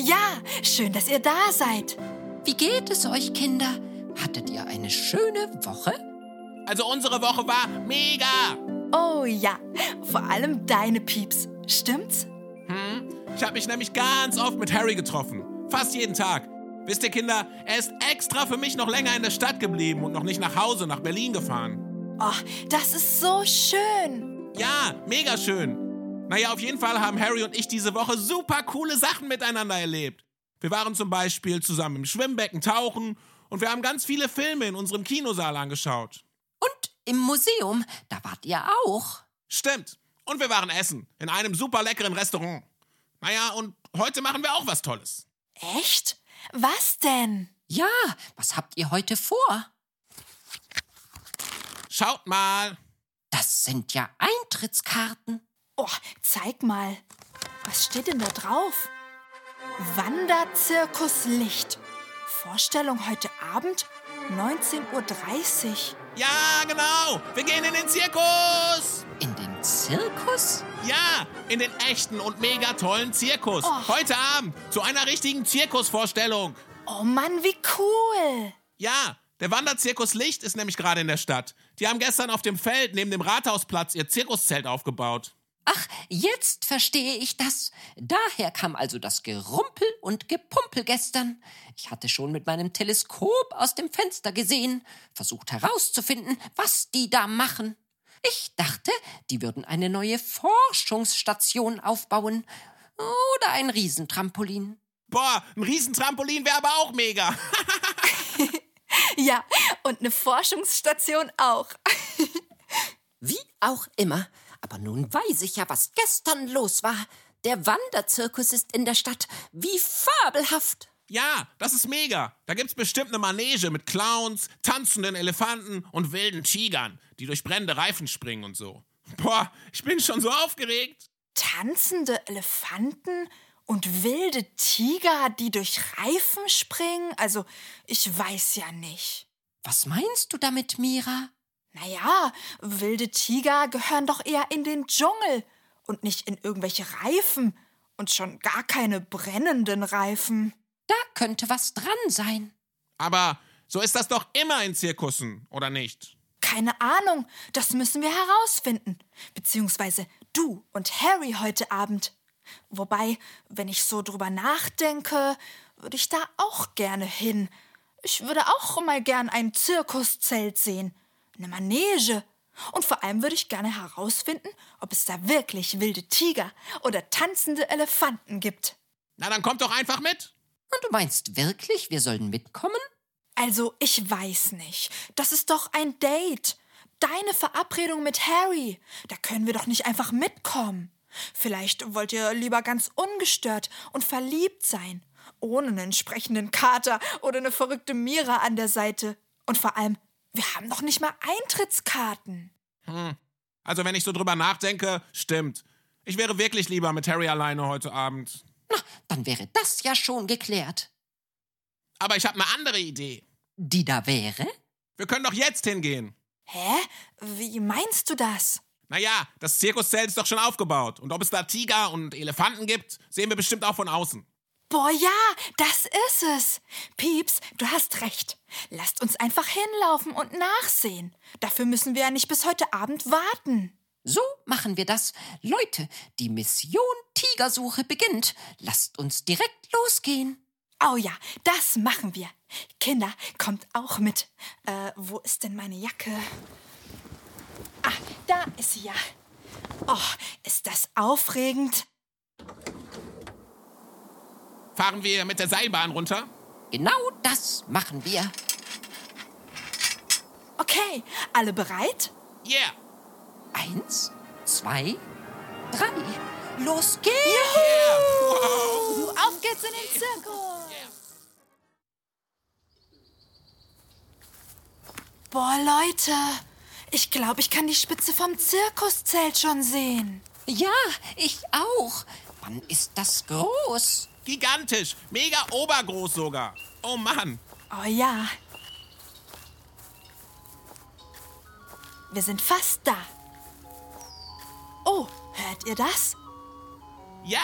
Ja, schön, dass ihr da seid. Wie geht es euch, Kinder? Hattet ihr eine schöne Woche? Also unsere Woche war mega. Oh ja, vor allem deine Pieps. Stimmt's? Ich habe mich nämlich ganz oft mit Harry getroffen. Fast jeden Tag. Wisst ihr Kinder, er ist extra für mich noch länger in der Stadt geblieben und noch nicht nach Hause, nach Berlin gefahren. Oh, das ist so schön. Ja, mega schön. Naja, auf jeden Fall haben Harry und ich diese Woche super coole Sachen miteinander erlebt. Wir waren zum Beispiel zusammen im Schwimmbecken tauchen und wir haben ganz viele Filme in unserem Kinosaal angeschaut. Und im Museum, da wart ihr auch. Stimmt. Und wir waren essen. In einem super leckeren Restaurant. Naja, und heute machen wir auch was Tolles. Echt? Was denn? Ja, was habt ihr heute vor? Schaut mal. Das sind ja Eintrittskarten. Oh, zeig mal. Was steht denn da drauf? Wanderzirkus Licht. Vorstellung heute Abend, 19.30 Uhr. Ja, genau. Wir gehen in den Zirkus. In den Zirkus? Ja, in den echten und mega tollen Zirkus. Heute Abend zu einer richtigen Zirkusvorstellung. Oh Mann, wie cool. Ja, der Wanderzirkus Licht ist nämlich gerade in der Stadt. Die haben gestern auf dem Feld neben dem Rathausplatz ihr Zirkuszelt aufgebaut. Ach, jetzt verstehe ich das. Daher kam also das Gerumpel und Gepumpel gestern. Ich hatte schon mit meinem Teleskop aus dem Fenster gesehen, versucht herauszufinden, was die da machen. Ich dachte, die würden eine neue Forschungsstation aufbauen oder ein Riesentrampolin. Boah, ein Riesentrampolin wäre aber auch mega. Ja, und eine Forschungsstation auch. Wie auch immer. Aber nun weiß ich ja, was gestern los war. Der Wanderzirkus ist in der Stadt. Wie fabelhaft. Ja, das ist mega. Da gibt's bestimmt eine Manege mit Clowns, tanzenden Elefanten und wilden Tigern, die durch brennende Reifen springen und so. Boah, ich bin schon so aufgeregt. tanzende Elefanten und wilde Tiger, die durch Reifen springen? Also, ich weiß ja nicht. Was meinst du damit, Mira? Naja, wilde Tiger gehören doch eher in den Dschungel und nicht in irgendwelche Reifen und schon gar keine brennenden Reifen. Da könnte was dran sein. Aber so ist das doch immer in Zirkussen, oder nicht? Keine Ahnung, das müssen wir herausfinden. Beziehungsweise du und Harry heute Abend. Wobei, wenn ich so drüber nachdenke, würde ich da auch gerne hin. Ich würde auch mal gern ein Zirkuszelt sehen, eine Manege. Und vor allem würde ich gerne herausfinden, ob es da wirklich wilde Tiger oder tanzende Elefanten gibt. Na, dann kommt doch einfach mit. Und du meinst wirklich, wir sollen mitkommen? Also, ich weiß nicht. Das ist doch ein Date. Deine Verabredung mit Harry. Da können wir doch nicht einfach mitkommen. Vielleicht wollt ihr lieber ganz ungestört und verliebt sein. Ohne einen entsprechenden Kater oder eine verrückte Mira an der Seite. Und vor allem, wir haben noch nicht mal Eintrittskarten. Also, wenn ich so drüber nachdenke, stimmt. Ich wäre wirklich lieber mit Harry alleine heute Abend. Na, dann wäre das ja schon geklärt. Aber ich habe eine andere Idee. Die da wäre? Wir können doch jetzt hingehen. Hä? Wie meinst du das? Naja, das Zirkuszelt ist doch schon aufgebaut. Und ob es da Tiger und Elefanten gibt, sehen wir bestimmt auch von außen. Boah, ja, das ist es. Pieps, du hast recht. Lasst uns einfach hinlaufen und nachsehen. Dafür müssen wir ja nicht bis heute Abend warten. So machen wir das. Leute, die Mission Tigersuche beginnt. Lasst uns direkt losgehen. Oh ja, das machen wir. Kinder, kommt auch mit. Äh, wo ist denn meine Jacke? Ah, da ist sie ja. Oh, ist das aufregend. Fahren wir mit der Seilbahn runter? Genau das machen wir. Okay, alle bereit? Yeah. Eins, zwei, drei. Los geht's! yeah. Wow. Auf geht's in den Zirkus! Boah, Leute, ich glaube, ich kann die Spitze vom Zirkuszelt schon sehen. Ja, ich auch. Wann ist das groß? Gigantisch. Mega obergroß sogar. Oh Mann. Oh ja. Wir sind fast da. Oh, hört ihr das? Ja,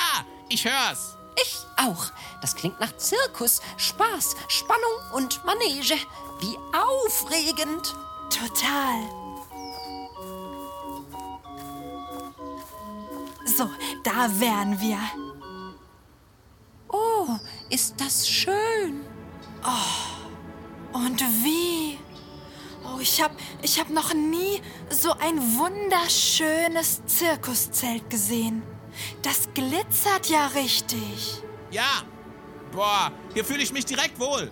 ich hör's. Ich auch. Das klingt nach Zirkus, Spaß, Spannung und Manege. Wie aufregend. Total. So, da wären wir. Oh, ist das schön. Und wie? Oh, ich hab, ich hab noch nie so ein wunderschönes Zirkuszelt gesehen. Das glitzert ja richtig. Ja. Boah, hier fühle ich mich direkt wohl.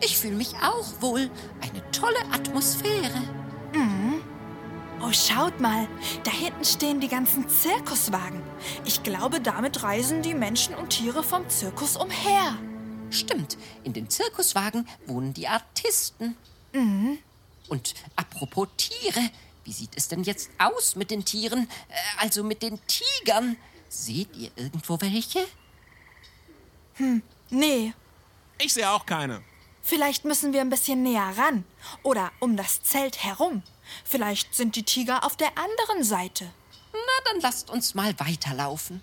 Ich fühle mich auch wohl. Eine tolle Atmosphäre. Oh, schaut mal, da hinten stehen die ganzen Zirkuswagen. Ich glaube, damit reisen die Menschen und Tiere vom Zirkus umher. Stimmt, in den Zirkuswagen wohnen die Artisten. Mhm. Und apropos Tiere, wie sieht es denn jetzt aus mit den Tieren? Äh, Also mit den Tigern? Seht ihr irgendwo welche? Nee, Ich sehe auch keine. Vielleicht müssen wir ein bisschen näher ran oder um das Zelt herum. Vielleicht sind die Tiger auf der anderen Seite. Na, dann lasst uns mal weiterlaufen.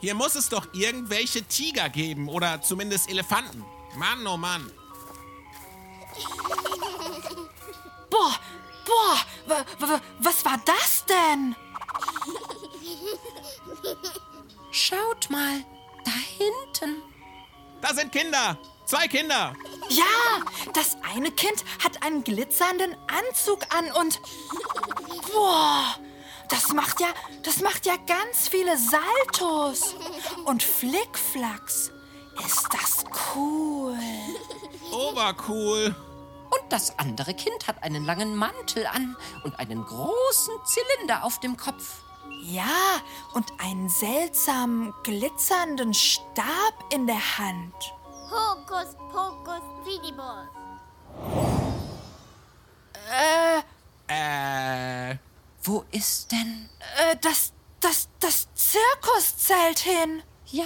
Hier muss es doch irgendwelche Tiger geben oder zumindest Elefanten. Mann, oh Mann. Boah, boah, wa- wa- wa- was war das denn? Schaut mal, da hinten. Da sind Kinder. Zwei Kinder. Ja, das eine Kind hat einen glitzernden Anzug an und boah, das macht ja, das macht ja ganz viele Saltos und Flickflacks. Ist das cool? Obercool. Und das andere Kind hat einen langen Mantel an und einen großen Zylinder auf dem Kopf. Ja, und einen seltsamen, glitzernden Stab in der Hand. Hokus pokus fidibus. Äh. Wo ist denn? Äh, das, das, das Zirkuszelt hin. Ja,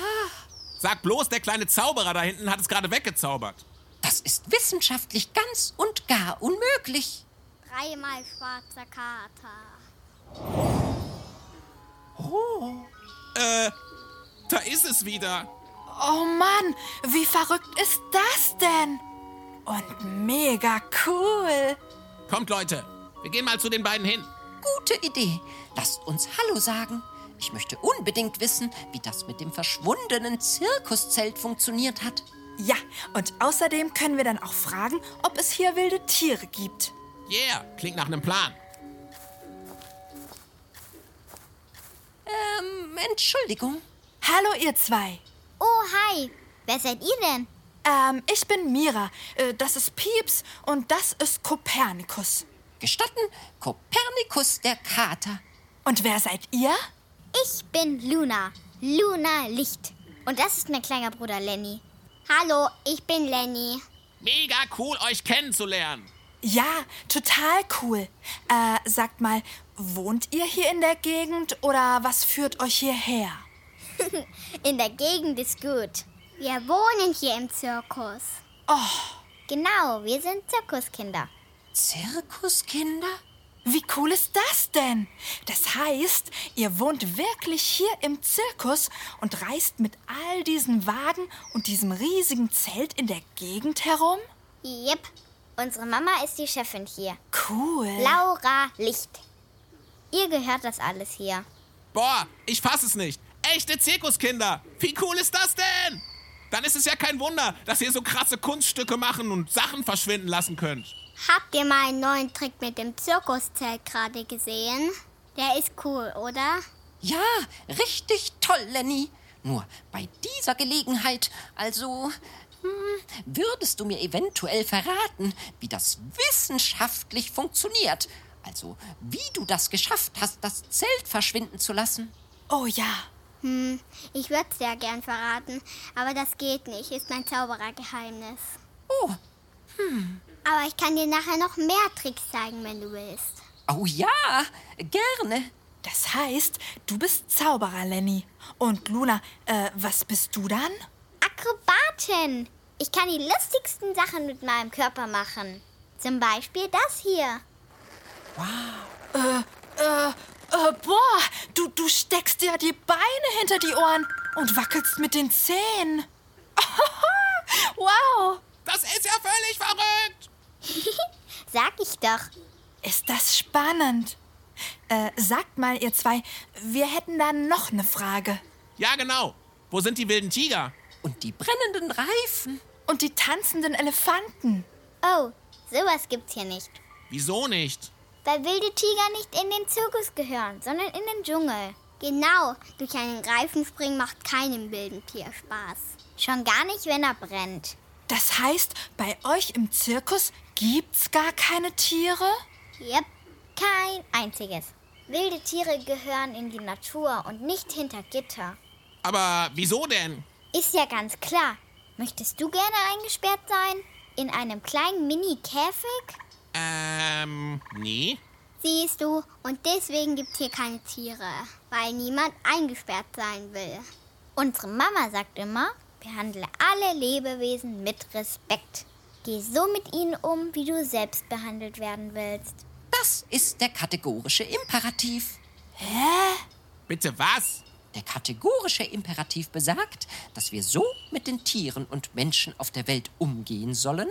Sag bloß, der kleine Zauberer da hinten hat es gerade weggezaubert. das ist wissenschaftlich ganz und gar unmöglich. Dreimal schwarzer Kater. Da ist es wieder. Oh Mann, wie verrückt ist das denn? Und mega cool. Kommt, Leute. Wir gehen mal zu den beiden hin. Gute Idee. Lasst uns Hallo sagen. Ich möchte unbedingt wissen, wie das mit dem verschwundenen Zirkuszelt funktioniert hat. Ja, und außerdem können wir dann auch fragen, ob es hier wilde Tiere gibt. Yeah, klingt nach einem Plan. Ähm, Entschuldigung. Hallo ihr zwei. Oh, hi. Wer seid ihr denn? Ähm, ich bin Mira. Äh, das ist Pieps und das ist Kopernikus. Gestatten, Kopernikus der Kater. Und wer seid ihr? Ich bin Luna. Luna Licht. Und das ist mein kleiner Bruder Lenny. Hallo, ich bin Lenny. Mega cool, euch kennenzulernen. Ja, total cool. Äh, sagt mal, wohnt ihr hier in der Gegend oder was führt euch hierher? In der Gegend ist gut. Wir wohnen hier im Zirkus. Oh. Genau, wir sind Zirkuskinder. Zirkuskinder? Wie cool ist das denn? Das heißt, ihr wohnt wirklich hier im Zirkus und reist mit all diesen Wagen und diesem riesigen Zelt in der Gegend herum? Jep. Unsere Mama ist die Chefin hier. Cool. Laura Licht. Ihr gehört das alles hier. Boah, ich fass es nicht. Echte Zirkuskinder. Wie cool ist das denn? Dann ist es ja kein Wunder, dass ihr so krasse Kunststücke machen und Sachen verschwinden lassen könnt. Habt ihr mal einen neuen Trick mit dem Zirkuszelt gerade gesehen? Der ist cool, oder? Ja, richtig toll, Lenny. Nur bei dieser Gelegenheit, also, hm, würdest du mir eventuell verraten, wie das wissenschaftlich funktioniert? Also, wie du das geschafft hast, das Zelt verschwinden zu lassen? Oh ja. Ich würde es ja gern verraten, aber das geht nicht, ist mein Zauberergeheimnis. Oh, Aber ich kann dir nachher noch mehr Tricks zeigen, wenn du willst. Oh ja, gerne. Das heißt, du bist Zauberer, Lenny. Und Luna, äh, was bist du dann? Akrobatin! Ich kann die lustigsten Sachen mit meinem Körper machen. Zum Beispiel das hier. Äh, äh, boah, du, du steckst dir die Beine hinter die Ohren und wackelst mit den Zähnen. wow, Das ist ja völlig verrückt. Sag ich doch. ist das spannend. Äh, sagt mal, ihr zwei, wir hätten da noch eine Frage. Ja, genau. Wo sind die wilden Tiger? Und die brennenden Reifen. Und die tanzenden Elefanten. Oh, sowas gibt's hier nicht. Wieso nicht? Weil wilde Tiger nicht in den Zirkus gehören, sondern in den Dschungel. Genau, durch einen Reifen springen macht keinem wilden Tier Spaß. Schon gar nicht, wenn er brennt. Das heißt, bei euch im Zirkus gibt's gar keine Tiere? Yep, kein einziges. Wilde Tiere gehören in die Natur und nicht hinter Gitter. Aber wieso denn? Ist ja ganz klar. Möchtest du gerne eingesperrt sein? In einem kleinen Mini-Käfig? Ähm, nee. Siehst du, und deswegen gibt's hier keine Tiere, weil niemand eingesperrt sein will. Unsere Mama sagt immer, behandle alle Lebewesen mit Respekt. Geh so mit ihnen um, wie du selbst behandelt werden willst. Das ist der kategorische Imperativ. Bitte was? Der kategorische Imperativ besagt, dass wir so mit den Tieren und Menschen auf der Welt umgehen sollen,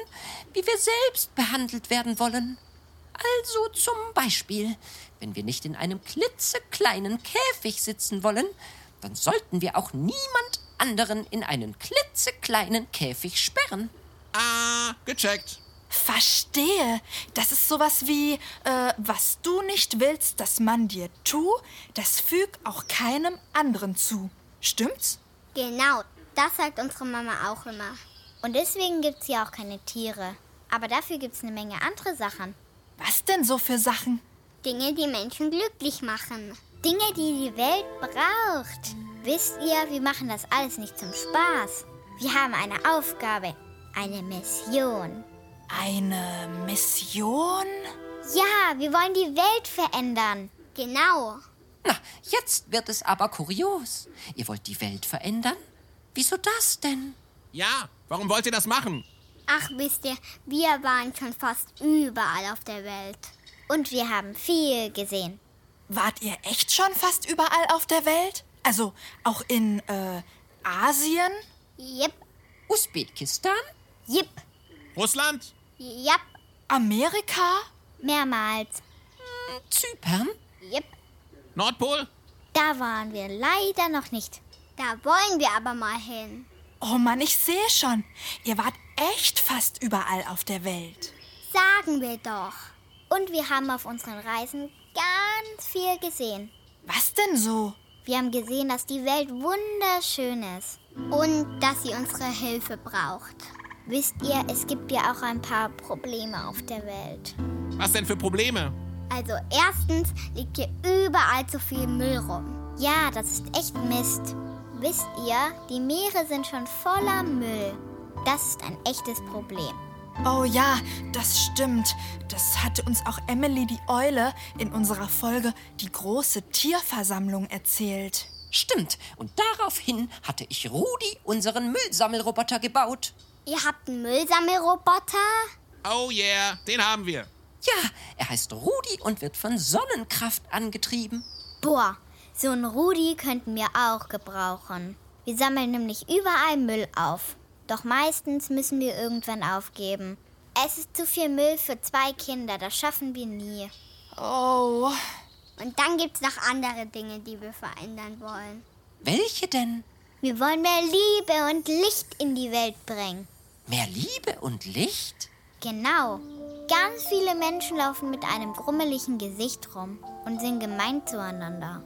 wie wir selbst behandelt werden wollen. Also zum Beispiel, wenn wir nicht in einem klitzekleinen Käfig sitzen wollen, dann sollten wir auch niemand anderen in einen klitzekleinen Käfig sperren. Ah, gecheckt. Verstehe. Das ist sowas wie, äh, was du nicht willst, dass man dir tu, das füg auch keinem anderen zu. Stimmt's? Genau, das sagt unsere Mama auch immer. Und deswegen gibt's hier auch keine Tiere. Aber dafür gibt's eine Menge andere Sachen. Was denn so für Sachen? Dinge, die Menschen glücklich machen. Dinge, die die Welt braucht. Wisst ihr, wir machen das alles nicht zum Spaß. Wir haben eine Aufgabe, eine Mission. Eine Mission? Ja, wir wollen die Welt verändern. Genau. Na, jetzt wird es aber kurios. Ihr wollt die Welt verändern? Wieso das denn? Ja, warum wollt ihr das machen? Ach, wisst ihr, wir waren schon fast überall auf der Welt. Und wir haben viel gesehen. Wart ihr echt schon fast überall auf der Welt? Also auch in äh, Asien? Jip, Usbekistan? jip, Russland? jap, Amerika? mehrmals. Zypern? Jip, Nordpol? da waren wir leider noch nicht. Da wollen wir aber mal hin. Oh Mann, ich sehe schon. Ihr wart echt fast überall auf der Welt. Sagen wir doch. Und wir haben auf unseren Reisen ganz viel gesehen. Was denn so? Wir haben gesehen, dass die Welt wunderschön ist und dass sie unsere Hilfe braucht. Wisst ihr, es gibt ja auch ein paar Probleme auf der Welt. Was denn für Probleme? Also erstens liegt hier überall zu viel Müll rum. Ja, das ist echt Mist. Wisst ihr, die Meere sind schon voller Müll. Das ist ein echtes Problem. Oh ja, das stimmt. Das hatte uns auch Emily die Eule in unserer Folge Die große Tierversammlung erzählt. Stimmt, und daraufhin hatte ich Rudi unseren Müllsammelroboter gebaut. Ihr habt einen Müllsammelroboter? Oh yeah, den haben wir. Ja, er heißt Rudi und wird von Sonnenkraft angetrieben. Boah, so ein Rudi könnten wir auch gebrauchen. Wir sammeln nämlich überall Müll auf. Doch meistens müssen wir irgendwann aufgeben. Es ist zu viel Müll für zwei Kinder, das schaffen wir nie. Oh, Und dann gibt's noch andere Dinge, die wir verändern wollen. Welche denn? Wir wollen mehr Liebe und Licht in die Welt bringen. Mehr Liebe und Licht? Genau. Ganz viele Menschen laufen mit einem grummeligen Gesicht rum und sind gemein zueinander.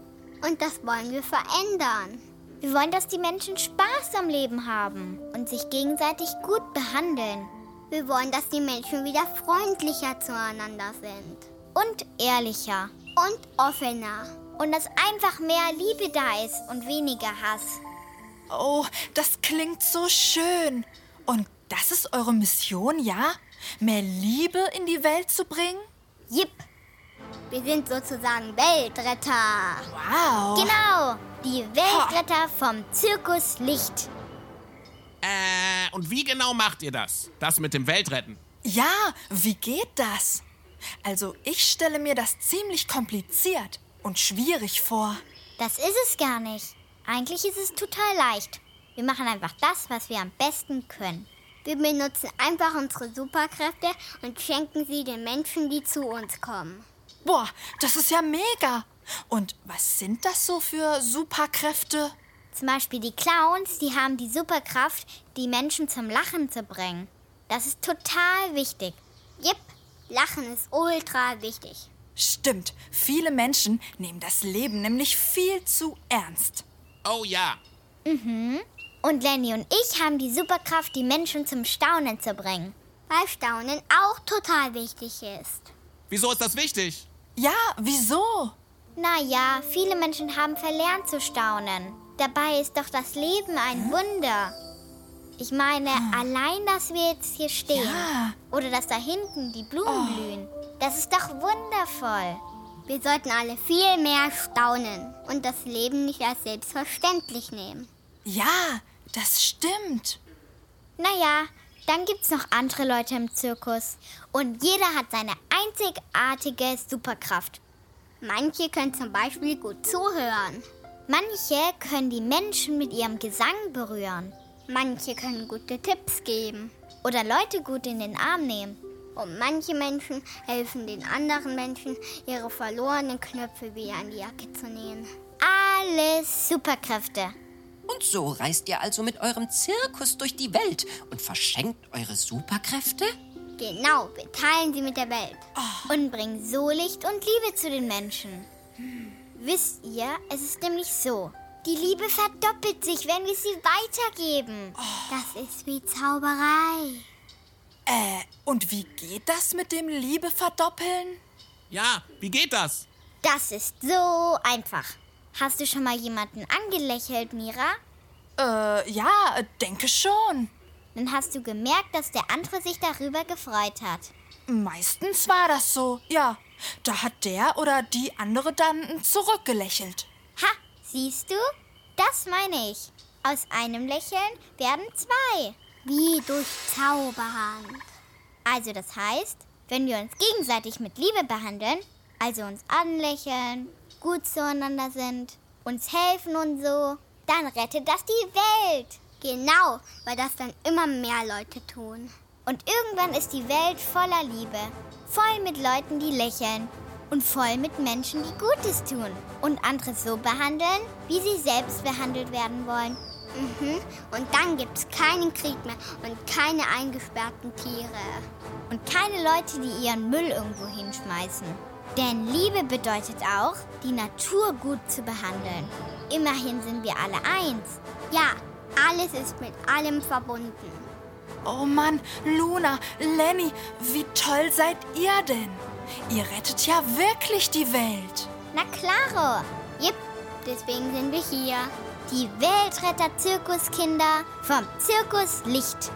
Und das wollen wir verändern. Wir wollen, dass die Menschen Spaß am Leben haben und sich gegenseitig gut behandeln. Wir wollen, dass die Menschen wieder freundlicher zueinander sind. Und ehrlicher. Und offener. Und dass einfach mehr Liebe da ist und weniger Hass. oh, das klingt so schön. Und das ist eure Mission, ja? mehr Liebe in die Welt zu bringen? Jipp. Wir sind sozusagen Weltretter. Wow. Genau, die Weltretter vom Zirkus Licht. Äh, und wie genau macht ihr das? Das mit dem Weltretten. Ja, wie geht das? Also ich stelle mir das ziemlich kompliziert und schwierig vor. Das ist es gar nicht. Eigentlich ist es total leicht. Wir machen einfach das, was wir am besten können. Wir benutzen einfach unsere Superkräfte und schenken sie den Menschen, die zu uns kommen. Boah, das ist ja mega. Und was sind das so für Superkräfte? Zum Beispiel die Clowns, die haben die Superkraft, die Menschen zum Lachen zu bringen. Das ist total wichtig. Jipp, Lachen ist ultra wichtig. Stimmt, viele Menschen nehmen das Leben nämlich viel zu ernst. Oh ja. Und Lenny und ich haben die Superkraft, die Menschen zum Staunen zu bringen. Weil Staunen auch total wichtig ist. Wieso ist das wichtig? Ja, wieso? Naja, viele Menschen haben verlernt zu staunen. Dabei ist doch das Leben ein Wunder. Ich meine, allein, dass wir jetzt hier stehen Ja. oder dass da hinten die Blumen blühen, das ist doch wundervoll. Oh. Wir sollten alle viel mehr staunen und das Leben nicht als selbstverständlich nehmen. Ja, das stimmt. Naja, dann gibt's noch andere Leute im Zirkus. Und jeder hat seine einzigartige Superkraft. Manche können zum Beispiel gut zuhören. Manche können die Menschen mit ihrem Gesang berühren. Manche können gute Tipps geben. Oder Leute gut in den Arm nehmen. Und manche Menschen helfen den anderen Menschen, ihre verlorenen Knöpfe wieder an die Jacke zu nähen. Alles Superkräfte. Und so reist ihr also mit eurem Zirkus durch die Welt und verschenkt eure Superkräfte? Genau, wir teilen sie mit der Welt und bringen so Licht und Liebe zu den Menschen. Wisst ihr, es ist nämlich so. Die Liebe verdoppelt sich, wenn wir sie weitergeben. Das ist wie Zauberei. Äh, und wie geht das mit dem Liebe verdoppeln? Ja, wie geht das? Das ist so einfach. Hast du schon mal jemanden angelächelt, Mira? Äh, ja, denke schon. Dann hast du gemerkt, dass der andere sich darüber gefreut hat. Meistens war das so, ja. Da hat der oder die andere dann zurückgelächelt. Ha, siehst du? Das meine ich. Aus einem Lächeln werden zwei. Wie durch Zauberhand. Also das heißt, wenn wir uns gegenseitig mit Liebe behandeln, also uns anlächeln, gut zueinander sind, uns helfen und so, dann rettet das die Welt. Genau, weil das dann immer mehr Leute tun. Und irgendwann ist die Welt voller Liebe. Voll mit Leuten, die lächeln. Und voll mit Menschen, die Gutes tun. Und andere so behandeln, wie sie selbst behandelt werden wollen. Mhm. Und dann gibt's keinen Krieg mehr und keine eingesperrten Tiere. Und keine Leute, die ihren Müll irgendwo hinschmeißen. Denn Liebe bedeutet auch, die Natur gut zu behandeln. Immerhin sind wir alle eins. Ja, alles ist mit allem verbunden. Oh Mann, Luna, Lenny, wie toll seid ihr denn? Ihr rettet ja wirklich die Welt. Na klaro. Jep, deswegen sind wir hier. Die Weltretter-Zirkuskinder vom Zirkus Licht.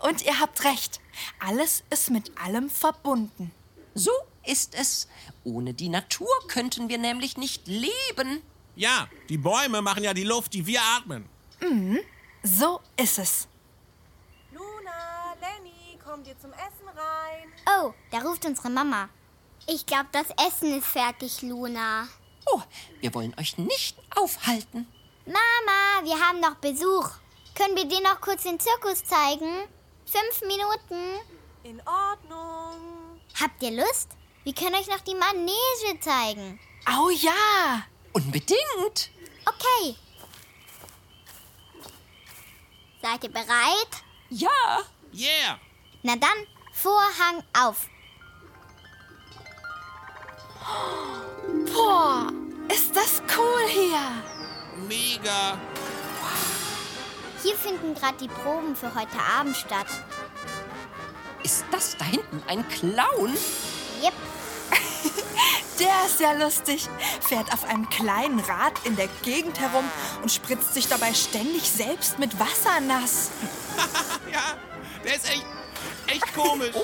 Und ihr habt recht. Alles ist mit allem verbunden. So ist es. Ohne die Natur könnten wir nämlich nicht leben. Ja, die Bäume machen ja die Luft, die wir atmen. So ist es. Luna, Lenny, kommt ihr zum Essen rein? Oh, da ruft unsere Mama. Ich glaube, das Essen ist fertig, Luna. Oh, wir wollen euch nicht aufhalten. Mama, wir haben noch Besuch. Können wir dir noch kurz den Zirkus zeigen? Fünf Minuten. In Ordnung. Habt ihr Lust? Wir können euch noch die Manege zeigen. Au ja! Unbedingt. Okay. Seid ihr bereit? Ja. Yeah. Na dann, Vorhang auf. Boah, ist das cool hier! Mega. Hier finden gerade die Proben für heute Abend statt. Ist das da hinten ein Clown? Yep. Der ist ja lustig. Fährt auf einem kleinen Rad in der Gegend herum und spritzt sich dabei ständig selbst mit Wasser nass. Ja, der ist echt, echt komisch.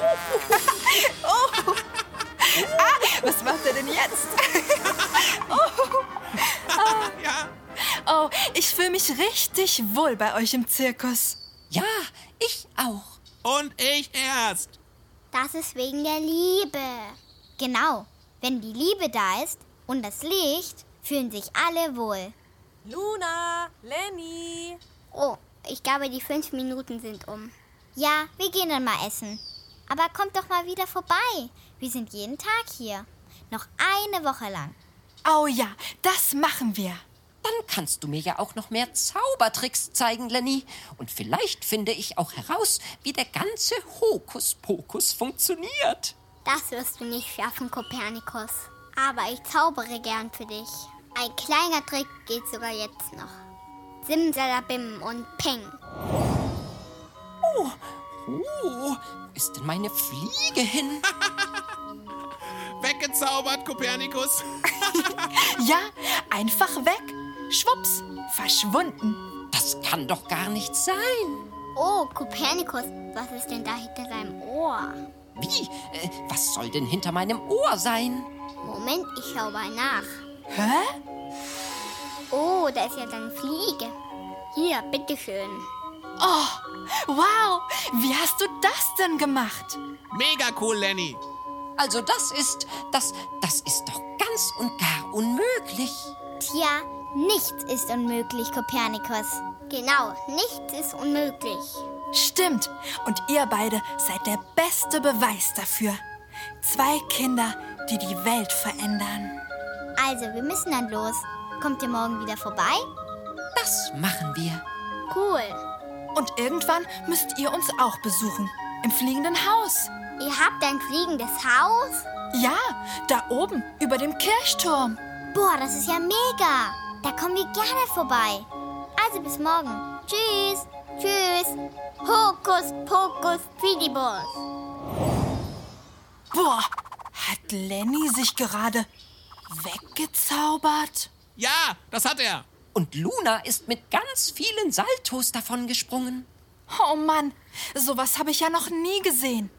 Was macht er denn jetzt? Ja, Oh, ich fühle mich richtig wohl bei euch im Zirkus. Ja, ich auch. und ich erst. Das ist wegen der Liebe. Genau. Wenn die Liebe da ist und das Licht, fühlen sich alle wohl. Luna, Lenny. Oh, ich glaube, die fünf Minuten sind um. Ja, wir gehen dann mal essen. Aber kommt doch mal wieder vorbei. Wir sind jeden Tag hier. Noch eine Woche lang. Oh ja, das machen wir. Dann kannst du mir ja auch noch mehr Zaubertricks zeigen, Lenny. Und vielleicht finde ich auch heraus, wie der ganze Hokuspokus funktioniert. Das wirst du nicht schaffen, Kopernikus. Aber ich zaubere gern für dich. Ein kleiner Trick geht sogar jetzt noch. Simsalabim und Peng. Oh, wo ist denn meine Fliege hin? Weggezaubert, Kopernikus. Ja, einfach weg. Schwupps, verschwunden. Das kann doch gar nicht sein. Oh, Kopernikus, was ist denn da hinter deinem Ohr? Wie? Äh, was soll denn hinter meinem Ohr sein? Moment, ich schaue mal nach. Hä? Oh, da ist ja deine Fliege. Hier, bitteschön. Wow, wie hast du das denn gemacht? Mega cool, Lenny. Also das ist, das, das ist doch ganz und gar unmöglich. Tja, nichts ist unmöglich, Kopernikus. Genau, nichts ist unmöglich. Stimmt. Und ihr beide seid der beste Beweis dafür. Zwei Kinder, die die Welt verändern. Also, wir müssen dann los. Kommt ihr morgen wieder vorbei? Das machen wir. Cool. Und irgendwann müsst ihr uns auch besuchen. Im fliegenden Haus. Ihr habt ein fliegendes Haus? Ja, da oben, über dem Kirchturm. Boah, das ist ja mega. Da kommen wir gerne vorbei. Also bis morgen. Tschüss. Tschüss. Hokus pokus fidibus. Boah, hat Lenny sich gerade weggezaubert? Ja, das hat er. Und Luna ist mit ganz vielen Saltos davongesprungen. Oh Mann, sowas habe ich ja noch nie gesehen.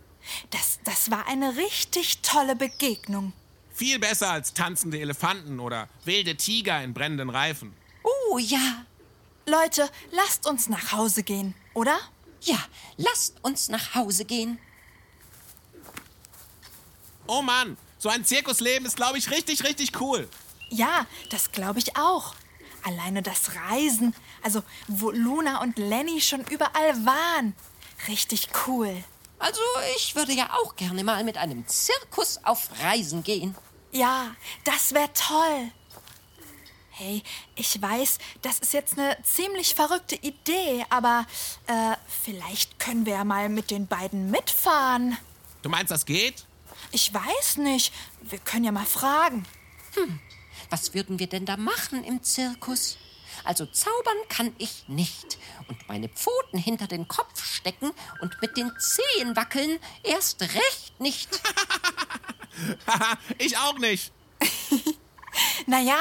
Das, das war eine richtig tolle Begegnung. Viel besser als tanzende Elefanten oder wilde Tiger in brennenden Reifen. Oh ja, Leute, lasst uns nach Hause gehen, oder? ja, lasst uns nach Hause gehen. Oh Mann, so ein Zirkusleben ist, glaube ich, richtig, richtig cool. Ja, das glaube ich auch. Alleine das Reisen, also wo Luna und Lenny schon überall waren. Richtig cool. Also ich würde ja auch gerne mal mit einem Zirkus auf Reisen gehen. Ja, das wäre toll. Hey, ich weiß, das ist jetzt eine ziemlich verrückte Idee, aber äh, vielleicht können wir ja mal mit den beiden mitfahren. Du meinst, das geht? Ich weiß nicht. Wir können ja mal fragen. Was würden wir denn da machen im Zirkus? Also zaubern kann ich nicht. Und meine Pfoten hinter den Kopf stecken und mit den Zehen wackeln erst recht nicht. Haha, ich auch nicht. Naja,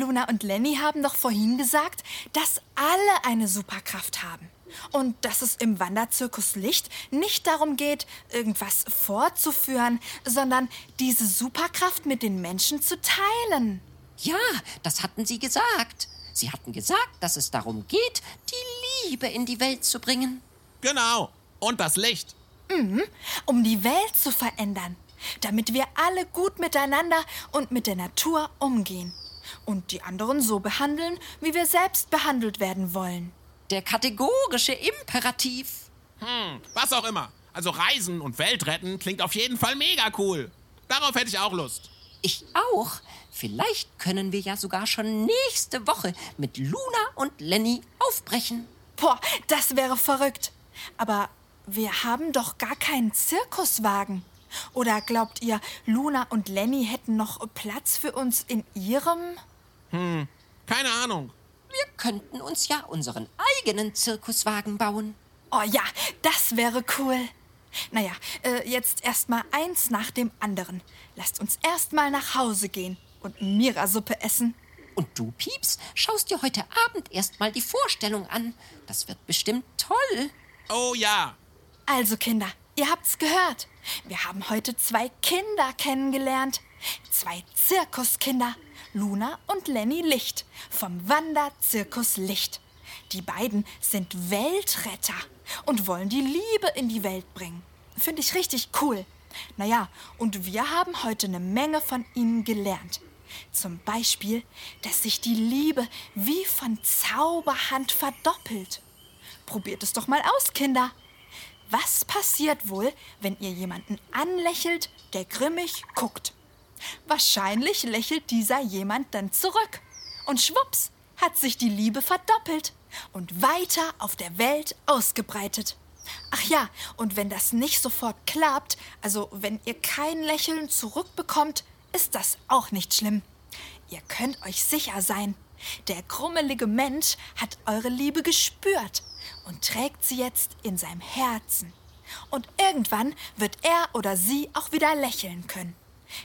Luna und Lenny haben doch vorhin gesagt, dass alle eine Superkraft haben. Und dass es im Wanderzirkus Licht nicht darum geht, irgendwas vorzuführen, sondern diese Superkraft mit den Menschen zu teilen. Ja, das hatten sie gesagt. Sie hatten gesagt, dass es darum geht, die Liebe in die Welt zu bringen. Genau. Und das Licht. um die Welt zu verändern, damit wir alle gut miteinander und mit der Natur umgehen und die anderen so behandeln, wie wir selbst behandelt werden wollen. Der kategorische Imperativ. Was auch immer. Also Reisen und Welt retten klingt auf jeden Fall mega cool. Darauf hätte ich auch Lust. Ich auch. Vielleicht können wir ja sogar schon nächste Woche mit Luna und Lenny aufbrechen. Boah, das wäre verrückt. Aber wir haben doch gar keinen Zirkuswagen. Oder glaubt ihr, Luna und Lenny hätten noch Platz für uns in ihrem? Keine Ahnung. Wir könnten uns ja unseren eigenen Zirkuswagen bauen. Oh ja, das wäre cool. Naja, äh, jetzt erstmal eins nach dem anderen. Lasst uns erstmal nach Hause gehen und Mira-Suppe essen. Und du, Pieps, schaust dir heute Abend erstmal die Vorstellung an. Das wird bestimmt toll. Oh ja, Also, Kinder, ihr habt's gehört. Wir haben heute zwei Kinder kennengelernt. Zwei Zirkuskinder. Luna und Lenny Licht vom Wanderzirkus Licht. Die beiden sind Weltretter und wollen die Liebe in die Welt bringen. Finde ich richtig cool. Naja, und wir haben heute eine Menge von ihnen gelernt. Zum Beispiel, dass sich die Liebe wie von Zauberhand verdoppelt. Probiert es doch mal aus, Kinder. Was passiert wohl, wenn ihr jemanden anlächelt, der grimmig guckt? Wahrscheinlich lächelt dieser jemand dann zurück. Und schwupps hat sich die Liebe verdoppelt und weiter auf der Welt ausgebreitet. Ach ja, und wenn das nicht sofort klappt, also wenn ihr kein Lächeln zurückbekommt, ist das auch nicht schlimm. Ihr könnt euch sicher sein, der krummelige Mensch hat eure Liebe gespürt und trägt sie jetzt in seinem Herzen. Und irgendwann wird er oder sie auch wieder lächeln können.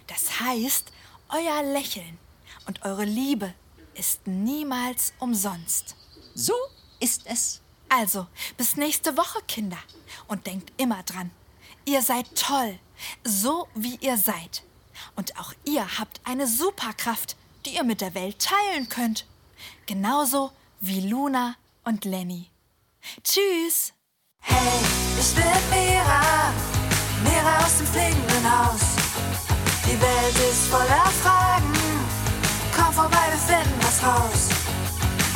Das heißt, euer Lächeln und eure Liebe ist niemals umsonst. So ist es. Also, bis nächste Woche, Kinder. Und denkt immer dran, ihr seid toll, so wie ihr seid. Und auch ihr habt eine Superkraft, die ihr mit der Welt teilen könnt. Genauso wie Luna und Lenny. Tschüss! Hey, ich bin Mira, Mira aus dem fliegenden Haus. Die Welt ist voller Fragen, komm vorbei, wir finden was raus.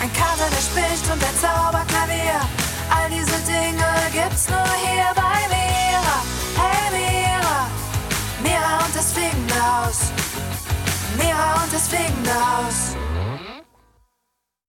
Ein Kater, der spricht und ein Zauberklavier, all diese Dinge gibt's nur hier bei Mira. Hey Mira, Mira und das fliegende Haus, Mira und das fliegende Haus.